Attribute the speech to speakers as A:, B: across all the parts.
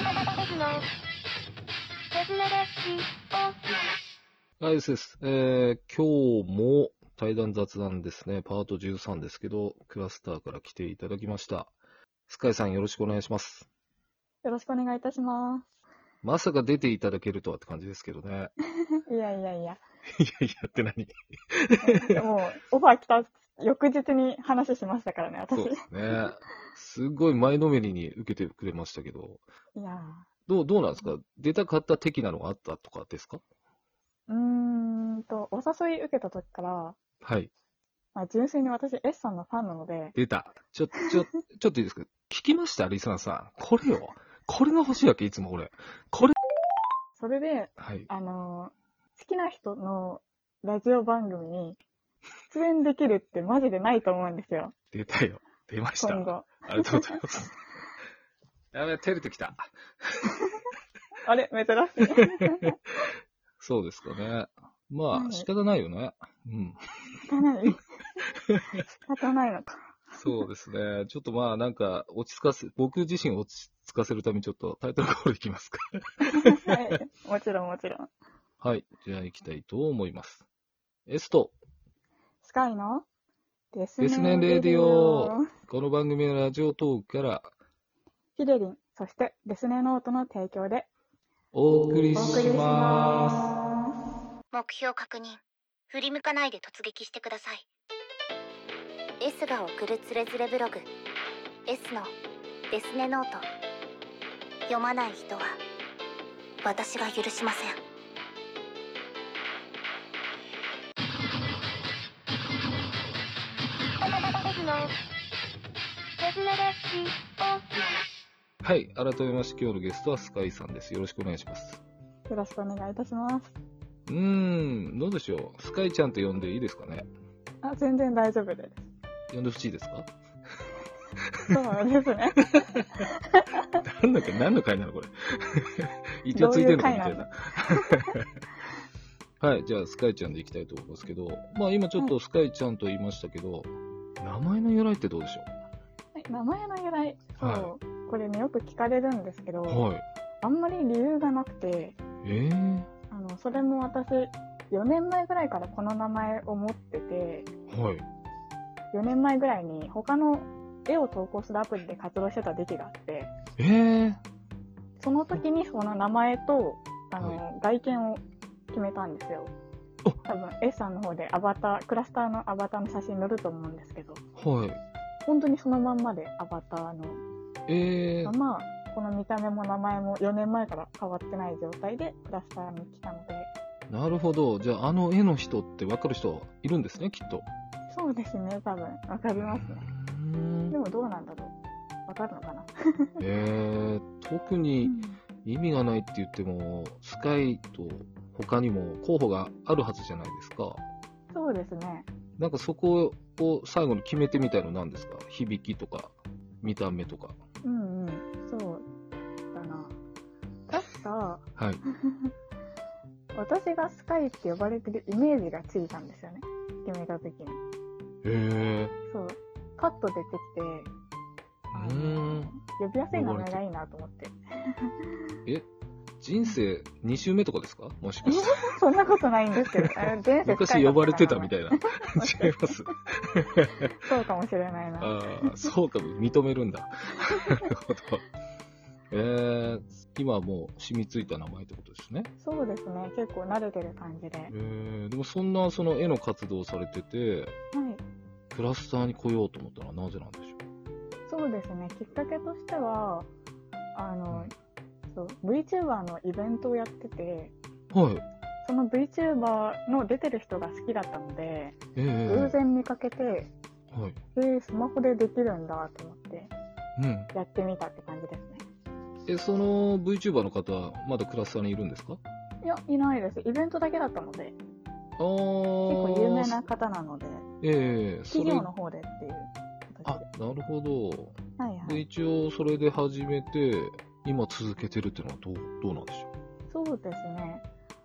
A: の手品ラジ
B: ライスです。えー、今日も対談雑談ですね、パート13ですけど、クラスターから来ていただきました。スカイさんよろしくお願いします。
C: よろしくお願いいたしま
B: まさか出ていただけるとはって感じですけど ね。
C: す。いやいやいや。
B: いやいやって何
C: もう、オファー来た翌日に話しましたからね、私。
B: そう
C: い
B: ですね。すごい前のめりに受けてくれましたけど、
C: や
B: どう、どうなんですか出たかった的なのがあったとかですか
C: ー。うーんと、お誘い受けた時から、
B: はい。
C: まあ、純粋に私 S さんのファンなので、
B: 出た。ちょ、ちょ、ちょっといいですか聞きましたリスナーさん。これよ。これが欲しいわけいつも俺。
C: それで、
B: はい。
C: あのー好きな人のラジオ番組に出演できるってマジでないと思うんですよ、
B: 出たよ。出ました。
C: 今後。
B: ありがとうございます。 やべ、照れてきた。
C: あれ 珍しい。
B: そうですかね。ま
C: は
B: あ、
C: い
B: 仕方ないよね。うん。
C: 仕方ない。仕方ないのか。
B: そうですね。 ちょっとまあ、なんか、落ち着かせ、僕自身を落ち着かせるためにちょっとタイトルコールいきますか。
C: はい。もちろんもちろん。
B: はい。じゃあ、行きたいと思います。エスト、
C: スカイのデス
B: ですねレディオ。この番組はラジオトークから
C: ヒデリン、そしてデスネノートの提供で
B: お送り
C: お送り
B: し
C: し
B: ま
C: ま
A: 目標確認振り向かないで突撃してください S が送るつれづれブログ S のデスネノート読まない人は私が許しません
B: す。はい。改めまして、今日のゲストはスカイさんです。よろしくお願いします。
C: す。よろしくお願いいたします。
B: うーん、どうでしょう。スカイちゃんと呼んでいいですかね。
C: あ、全然大丈夫で
B: 呼んでほしいですか
C: す。そうです ね。
B: なんだっけ何の回なのこれ。 一応ついてるのかみたい
C: どう
B: な。はい、じゃあ、スカイちゃんでいきたいと思いますけど、まあ今ちょっとスカイちゃんと言いましたけど、名前の由来ってどうでしょ
C: 名前の由来、そう、
B: は
C: これね、よく聞かれるんですけど、
B: うはい。
C: あんまり理由がなくて、
B: えー、
C: あの、それも私、4年前ぐらいからこの名前を持ってて、
B: はい。
C: 4年前ぐらいに他の絵を投稿するアプリで活動してた時期があって、
B: えー、
C: その時にその名前と、あの、外見を決めたんですよ。
B: お
C: 多分 A さんの方でアバター、クラスターのアバターの写真載ると思うんですけど、
B: はい。
C: 本当にそのまんまでアバターの
B: えー
C: ま、ま、この見た目も名前も4年前から変わってない状態でクラスターに来たので、
B: なるほど。じゃあ、あの絵の人って分かる人いるんですね、きっと。
C: そうですね、多分わかりますね。
B: うーん
C: でもどうなんだろう。わかるのかな、
B: えー、特に意味がないって言っても、スカイと他にも候補があるはずじゃないですか。
C: そうですね。
B: なんかそこを最後に決めてみたいのなんですか響きとか、見た目とか。
C: うんうん。そうだな。確か、
B: はい。
C: 私がスカイって呼ばれてるイメージがついたんですよね決めた時に
B: へえ。
C: そうパッと出てきて
B: うーん。
C: 呼びやすい名前がいいなと思って
B: 人生2周目とかですかもしかして。
C: そんなことないんです けどあの前世
B: 昔呼ばれてたみた
C: い
B: いな。違います。
C: そうかもしれないな
B: ああ、そうかも。認めるんだ。なるほど。えー、今はもう染みついた名前ってことですね。
C: そうですね結構慣れてる感じで、は
B: えー、でもそんなその絵の活動をされてて、
C: い
B: クラスターに来ようと思ったのはなぜなんでしょ
C: そうですねきっかけとしてはあの、そう VTuber のイベントをやってて
B: う。はい。
C: その VTuber の出てる人が好きだったので
B: えー、
C: 偶然見かけて、
B: はい。
C: えースマホでできるんだと思って
B: うん。
C: やってみたって感じですね
B: え、その VTuber の方はまだクラスターにいるんですかあ
C: いやいないですイベントだけだったので
B: あ結
C: 結
B: 構
C: 構有名な方なので
B: ええそ
C: 企
B: れ
C: 業の方でっていう
B: あ
C: 形で
B: なるほど
C: はいは
B: で
C: い
B: 一応それで始めて今続けてるっていうのはどうどうなんでしょ
C: そうですね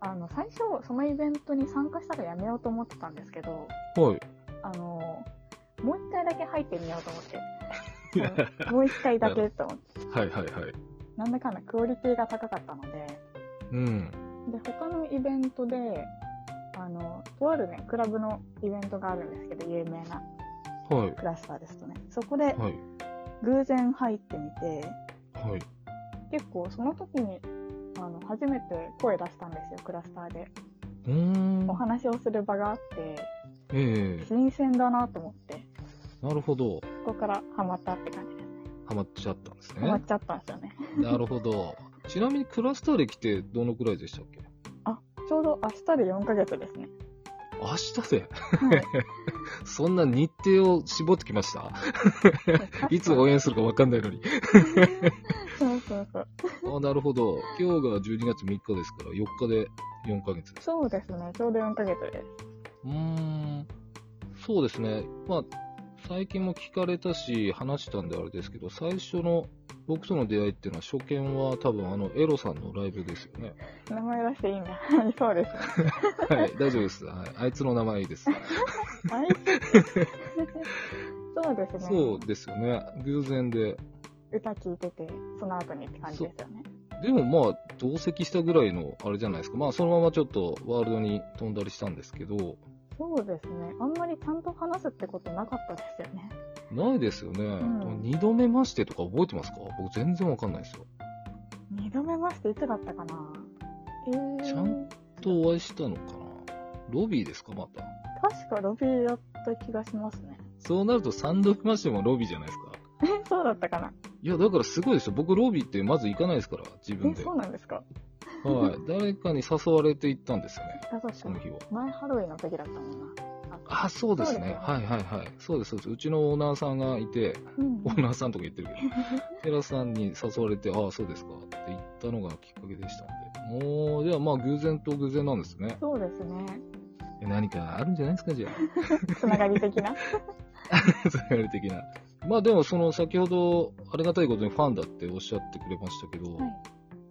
C: あの最初そのイベントに参加したらやめようと思ってたんですけど
B: うはい
C: あのもう一回だけ入ってみようと思ってもう一回だけと思って
B: はいはいはい
C: なんだかんだクオリティが高かったので、
B: うん。
C: で他のイベントであのとあるねクラブのイベントがあるんですけど有名な
B: はい。
C: クラスターですとねそこで
B: はい。
C: 偶然入ってみて
B: はい。
C: 結構その時にあの初めて声出したんですよクラスターで
B: うーん
C: お。話をする場があって
B: ええ
C: 新鮮だなと思って
B: なるほど。
C: そこからハマったって感じですね
B: ハマっちゃったんです
C: ハマ
B: ね
C: っ。ちゃったんですよね
B: なるほど。ちなみにクラスター歴ってどのくらいでしたっけ
C: ちょうど明日で4ヶ月です ね
B: 明日で
C: はい
B: そんな日程を絞ってきましたいつ応援するか分かんないのに。
C: そうそうそう
B: あなるほど。今日が12月3日ですから、4日で4ヶ月です。
C: そうですねちょうど4ヶ月です
B: うーん。そうですね。まあ、最近も聞かれたし、話したんであれですけど、最初の僕との出会いっていうのは、初見は多分あの、エロさんのライブですよね。
C: 名前出していいんだ はいそうです
B: はい、大丈夫です。はい、あいつの名前いい です。
C: はい。そうですね。
B: そうですよね。偶然で。
C: 歌聞いてて、その後にって感じですよね。
B: でもまあ、同席したぐらいの、あれじゃないですか。まあ、そのままちょっとワールドに飛んだりしたんですけど、
C: そうですね。あんまりちゃんと話すってことなかったですよね。
B: ないですよね。
C: ん
B: 二度目ましてとか覚えてますか僕全然わかんないですよ。
C: 二度目ましていつだったかなえー、
B: ちゃんとお会いしたのかなロビーですかまた。
C: 確かロビーだった気がしますね。
B: そうなると三度目ましてもロビーじゃないですか。
C: え、そうだったかない
B: や、だからすごいですよ。僕ロビーってまず行かないですから、自分
C: え、
B: で。
C: そ
B: は
C: うなんですか
B: い。誰かに誘われて行ったんですよね。
C: あ、そう
B: その
C: か。
B: 日は。
C: 前ハロウィンの時だったもんな。
B: あ、そうです
C: そうです
B: ね
C: よ。ね
B: はいはいはい。そうです、そうです。うちのオーナーさんがい て、
C: うん
B: オーナーさんとか言ってるけど、寺さんに誘われて、ああ、そうですかって言ったのがきっかけでしたんで。もう、じゃあまあ偶然と偶然なんですね。
C: そうですね。
B: え何かあるんじゃないですか、じゃ
C: つながり 的な。
B: あ。つながり的な。まあでも、その先ほど、ありがたいことにファンだっておっしゃってくれましたけど、
C: はい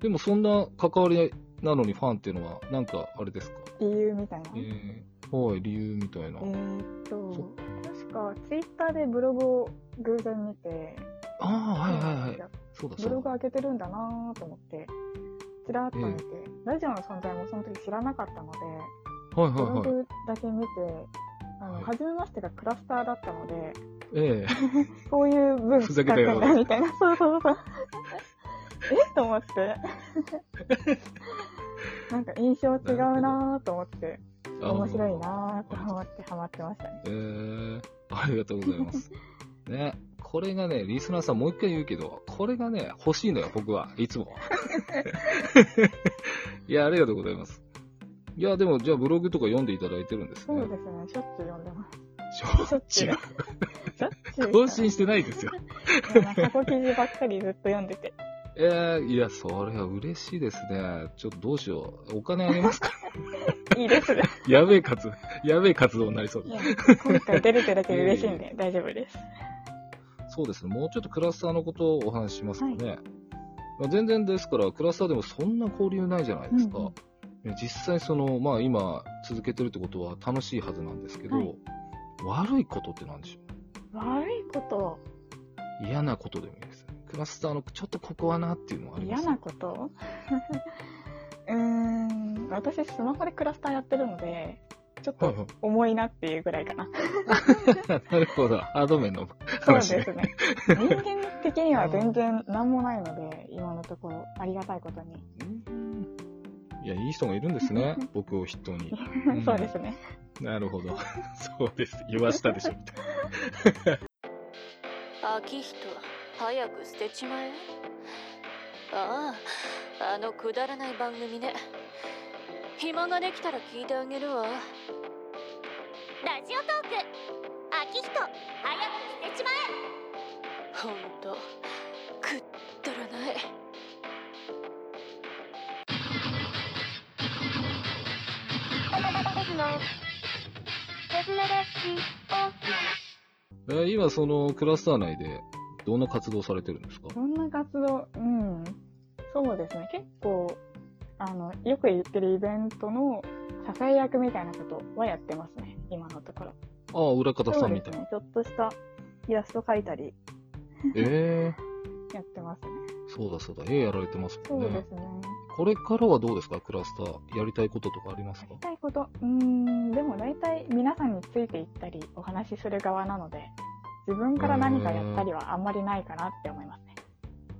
B: でもそんな関わりなのにファンっていうのは、なんかあれですか、
C: 理由みたいな。
B: えー、はい、理由みたいな。
C: えーっ
B: そ
C: と、確かツイッターでブログを偶然見て、
B: ああ、はいはいはい。そうだそ
C: ブロ
B: う
C: グ
B: だ。
C: 開けてるんだなーと思って、ちらっと見て、ラジオの存在もその時知らなかったので、
B: はい
C: ブロ
B: はいはい。
C: グだけ見て、あの、
B: はい
C: 初めましてがクラスターだったので、
B: え
C: こういう文
B: ふ
C: 使
B: ざ
C: っ
B: け
C: て
B: た
C: ん
B: よ
C: だみたいな、 そうそうそう。えと思って。 なんか印象違うなーと思って、
B: え
C: 面白いなーってハマってハマってましたね。
B: えー、ありがとうございます。ね、これがね、リスナーさんもう一回言うけど、これがね、欲しいのよ、僕は、い つも。いや、ありがとうございます。いや、でも、じゃあブログとか読んでいただいてるんです
C: そ
B: ね
C: う。ですね、しょっちゅう読んでます。
B: しょっちゅ
C: し
B: う。
C: ょっちゅう。
B: 更新してないですよ。
C: いや過去記事ばっかりずっと読んでて。
B: えー、いや、それは嬉しいですね。ちょっとどうしよう。お金あげますか
C: いいですね。
B: やべえ活動、やべえ活動になりそう
C: い
B: だ。
C: や今回出れてるだけで嬉しいんで、大丈夫です。
B: そうですね。もうちょっとクラスターのことをお話ししますかね。まあ、全然ですから、クラスターでもそんな交流ないじゃないですか。
C: うんうん
B: いや実際、その、まあ今続けてるってことは楽しいはずなんですけど、
C: はい
B: 悪いことって何でしょ
C: 悪いこと、
B: う嫌なことでもいいです。クラスターのちょっとここはなっていうのはありま
C: 嫌
B: す
C: なこと うーん、私スマホでクラスターやってるので、ちょっ
B: はい
C: と
B: はい
C: 重いなっていうぐらいか な。
B: なるほど。ハード面の
C: そうで
B: 話
C: す
B: ね。
C: ね。人間的には全然何もないので、今のところありがたいことに。
B: うんいや、いい人がいるんです ね。僕を筆頭に。ん
C: そうですね。
B: なるほど。 そうです。言わしたでしょ、みたいな。
D: 秋人早く捨てちまえあああのくだらない番組ね暇ができたら聞いてあげるわ
A: ラジオトーク秋人早く捨てちまえ
D: ほんとくったらない
B: えー今、そのクラスター内で、どんな活動されてるんですか
C: そんな活動、うん、そうですね。結構、あの、よく言ってるイベントの支え役みたいなことはやってますね、今のところ。
B: ああ、裏方
C: そ
B: さ
C: うんで
B: み
C: す
B: たいな。
C: ね。ちょっとしたイラスト描いたり、
B: え
C: やってますね。
B: そうだそうだ、絵やられてます
C: そ
B: もん
C: う
B: ね
C: で。すね。
B: これからはどうですか、クラスター。やりたいこととかありますか
C: やりたいこと、うーん、でも大体皆さんについていったり、お話しする側なので、自分から何かやったりはあんまりないかなって思いますね。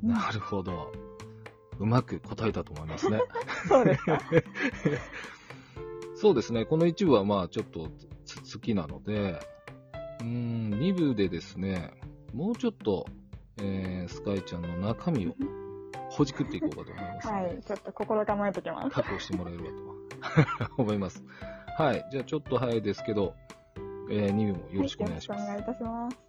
C: うん
B: なるほど。うまく答えたと思いますね。
C: そうです か。
B: そうですね、この一部はまあちょっとつ好きなので、うーん、二部でですね、もうちょっと、えー、スカイちゃんの中身をほじくっていこうかと思いますので、
C: はい、ちょっと心構えてきます。
B: 確保してもらえればと 思います。はい、じゃあちょっと早いですけど、えー、二部もよろしくお願いします。
C: はいよろしくお願いいたします。